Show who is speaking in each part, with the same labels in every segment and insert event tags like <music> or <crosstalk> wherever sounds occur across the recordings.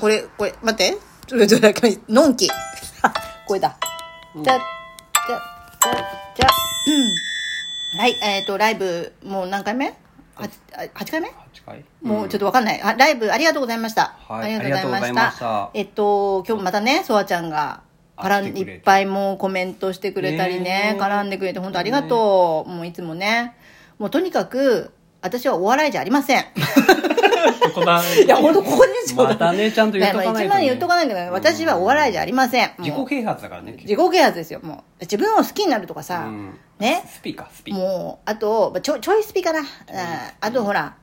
Speaker 1: これ、これ、待って。ちょっと待ってのんき。あ <laughs> これだ。じゃ、じゃ、じゃ、じゃ、うん。はい、えっ、と、ライブ、もう何回目 ?8 回目
Speaker 2: 8回
Speaker 1: もうちょっとわかんない。あ、ライブありがとうございました。
Speaker 2: はいありがとうござい
Speaker 1: た
Speaker 2: ました
Speaker 1: えっと、今日またね、ソワちゃんが、絡
Speaker 2: 来て
Speaker 1: ん
Speaker 2: くれて
Speaker 1: いっぱいもうコメントしてくれたりね、
Speaker 2: ねえ
Speaker 1: 絡んでくれて本当ありがとう。もういつもね。もうとにかく、私はお笑いじゃありません。
Speaker 2: そこだ
Speaker 1: <laughs> いや、本当ここでしょ。
Speaker 2: またねちゃんと言っとかないとね
Speaker 1: やまあ一番言っとかないんだから、私はお笑いじゃありません。
Speaker 2: 自
Speaker 1: もう
Speaker 2: 己啓発だからね結
Speaker 1: 自己啓発ですよ、もう。自分を好きになるとかさ、
Speaker 2: 局うん
Speaker 1: ね。
Speaker 2: スピーカースピーカー
Speaker 1: もう、あと、まあちょ、ちょいスピかな。ああとほら、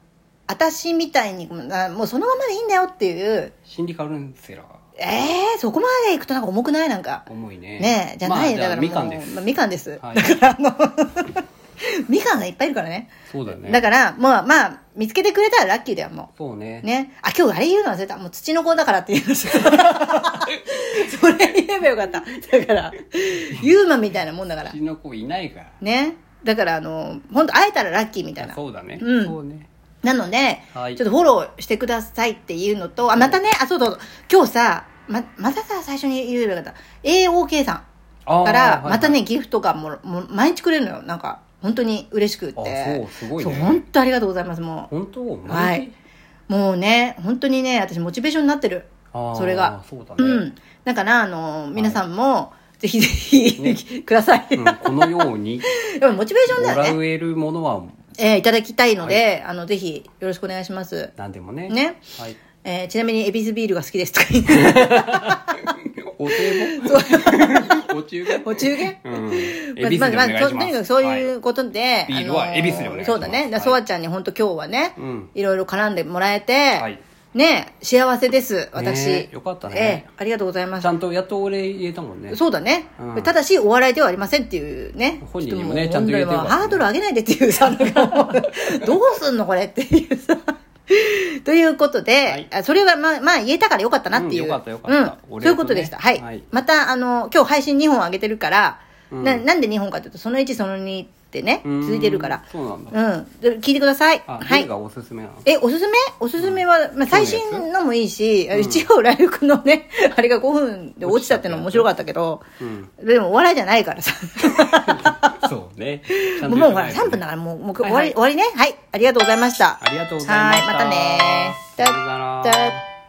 Speaker 1: 私みたいに、あもうそのままでいいんだよっていう、
Speaker 2: 心理カウンセラ
Speaker 1: ええそこまで行くとなんか重くないなんか
Speaker 2: ー。重いね
Speaker 1: ねえ、じゃない、
Speaker 2: まあじゃ
Speaker 1: だから
Speaker 2: あ
Speaker 1: もう
Speaker 2: みかんです
Speaker 1: まあみかんです。
Speaker 2: はい
Speaker 1: だから、あの、みかんがいっぱいいるからね。
Speaker 2: そうだよね
Speaker 1: だから、まあまあ、見つけてくれたらラッキーだよ、もう。
Speaker 2: そうね
Speaker 1: ね。あ、今日あれ言うの忘れた。もう土の子だからって言いま
Speaker 2: <laughs>
Speaker 1: した。それ言えばよかった。だから、ユーマみたいなもんだから
Speaker 2: う。ちの子いないから
Speaker 1: ね。だから、あの、本当会えたらラッキーみたいな。
Speaker 2: そうだね
Speaker 1: うん
Speaker 2: そうね
Speaker 1: なので、
Speaker 2: はい
Speaker 1: ちょっとフォローしてくださいっていうのと、あ、またね、あ、そうそうそう今日さ、ま、またさ、最初に言えばよかった。AOK さん
Speaker 2: あー
Speaker 1: から、
Speaker 2: はい
Speaker 1: またね、ギフトがもう、もう毎日くれるのよ。なんか、本当に嬉しくって。
Speaker 2: あそうすごい
Speaker 1: そ
Speaker 2: ね
Speaker 1: う、本当ありがとうございます、も
Speaker 2: 本当
Speaker 1: う。はい。もうね、本当にね、私モチベーションになってる。そ
Speaker 2: そ
Speaker 1: れが
Speaker 2: そうだ
Speaker 1: う
Speaker 2: ね
Speaker 1: ん。だから、あの、皆さんも、ぜひぜひ、
Speaker 2: ね
Speaker 1: <laughs> ください。
Speaker 2: うんこのよう
Speaker 1: <laughs>
Speaker 2: に
Speaker 1: でも、モチベーション
Speaker 2: も
Speaker 1: だ
Speaker 2: ら
Speaker 1: よね。
Speaker 2: えるものは
Speaker 1: えーいただきたいので、あの、ぜひ、よろしくお願いします。
Speaker 2: 何でもね
Speaker 1: ね
Speaker 2: はい
Speaker 1: えーちなみに、エビスビールが好きですとか言
Speaker 2: <laughs>
Speaker 1: って。
Speaker 2: お手も <laughs> お中元
Speaker 1: お中元
Speaker 2: うん
Speaker 1: ま
Speaker 2: 恵
Speaker 1: あ
Speaker 2: 比寿でお
Speaker 1: まあまあ
Speaker 2: 願い
Speaker 1: そう
Speaker 2: し
Speaker 1: と
Speaker 2: ます
Speaker 1: にかくそう
Speaker 2: はい
Speaker 1: いうことで、
Speaker 2: ビールは
Speaker 1: あの
Speaker 2: 恵比寿でお願いします
Speaker 1: そうだね。
Speaker 2: は
Speaker 1: だ
Speaker 2: い
Speaker 1: ソワちゃんに本当今日はね、
Speaker 2: うん
Speaker 1: いろいろ絡んでもらえて、
Speaker 2: はい
Speaker 1: ね、幸せです、私。
Speaker 2: ねよかったね
Speaker 1: えーありがとうございま
Speaker 2: ち
Speaker 1: す
Speaker 2: ゃ。んとやっと俺言えたもんね
Speaker 1: そうだね、
Speaker 2: うん
Speaker 1: ただしお笑いではありませんっていうね
Speaker 2: 本人にもね
Speaker 1: ちょっと
Speaker 2: ちゃんと言えてよ
Speaker 1: もう
Speaker 2: かったね
Speaker 1: ハードル上げないでっていうさなんかも
Speaker 2: <laughs>
Speaker 1: うどうすんのこれっていうさということで、
Speaker 2: はい
Speaker 1: あそれはまあ、まあ、言えたからよかったなっていう、
Speaker 2: うんよかったよかった
Speaker 1: うん
Speaker 2: お
Speaker 1: そうい
Speaker 2: 礼
Speaker 1: うこと
Speaker 2: とね
Speaker 1: でしたはい、
Speaker 2: はい
Speaker 1: またあの今日配信2本上げてるから、
Speaker 2: うん
Speaker 1: ななんで2本かというとその1その2ってね
Speaker 2: うん
Speaker 1: 続いてるから
Speaker 2: そうなんだ
Speaker 1: うんで聞いてください
Speaker 2: あ
Speaker 1: は
Speaker 2: ど
Speaker 1: い
Speaker 2: れがおすすめなの
Speaker 1: え、おすすめおすすめは、まあ、最新のもいいし、一応、ライフのね、あれが5分で落ちたってのも面白かったけど、
Speaker 2: うん
Speaker 1: でもお笑いじゃないからさ。
Speaker 2: そうね
Speaker 1: <laughs> もうほら、3分だからもう、もう終わり、終わりね。はい。ありがとうございました。
Speaker 2: ありがとうございました
Speaker 1: はい、またね。
Speaker 2: さよなら
Speaker 1: だ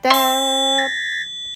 Speaker 1: だだ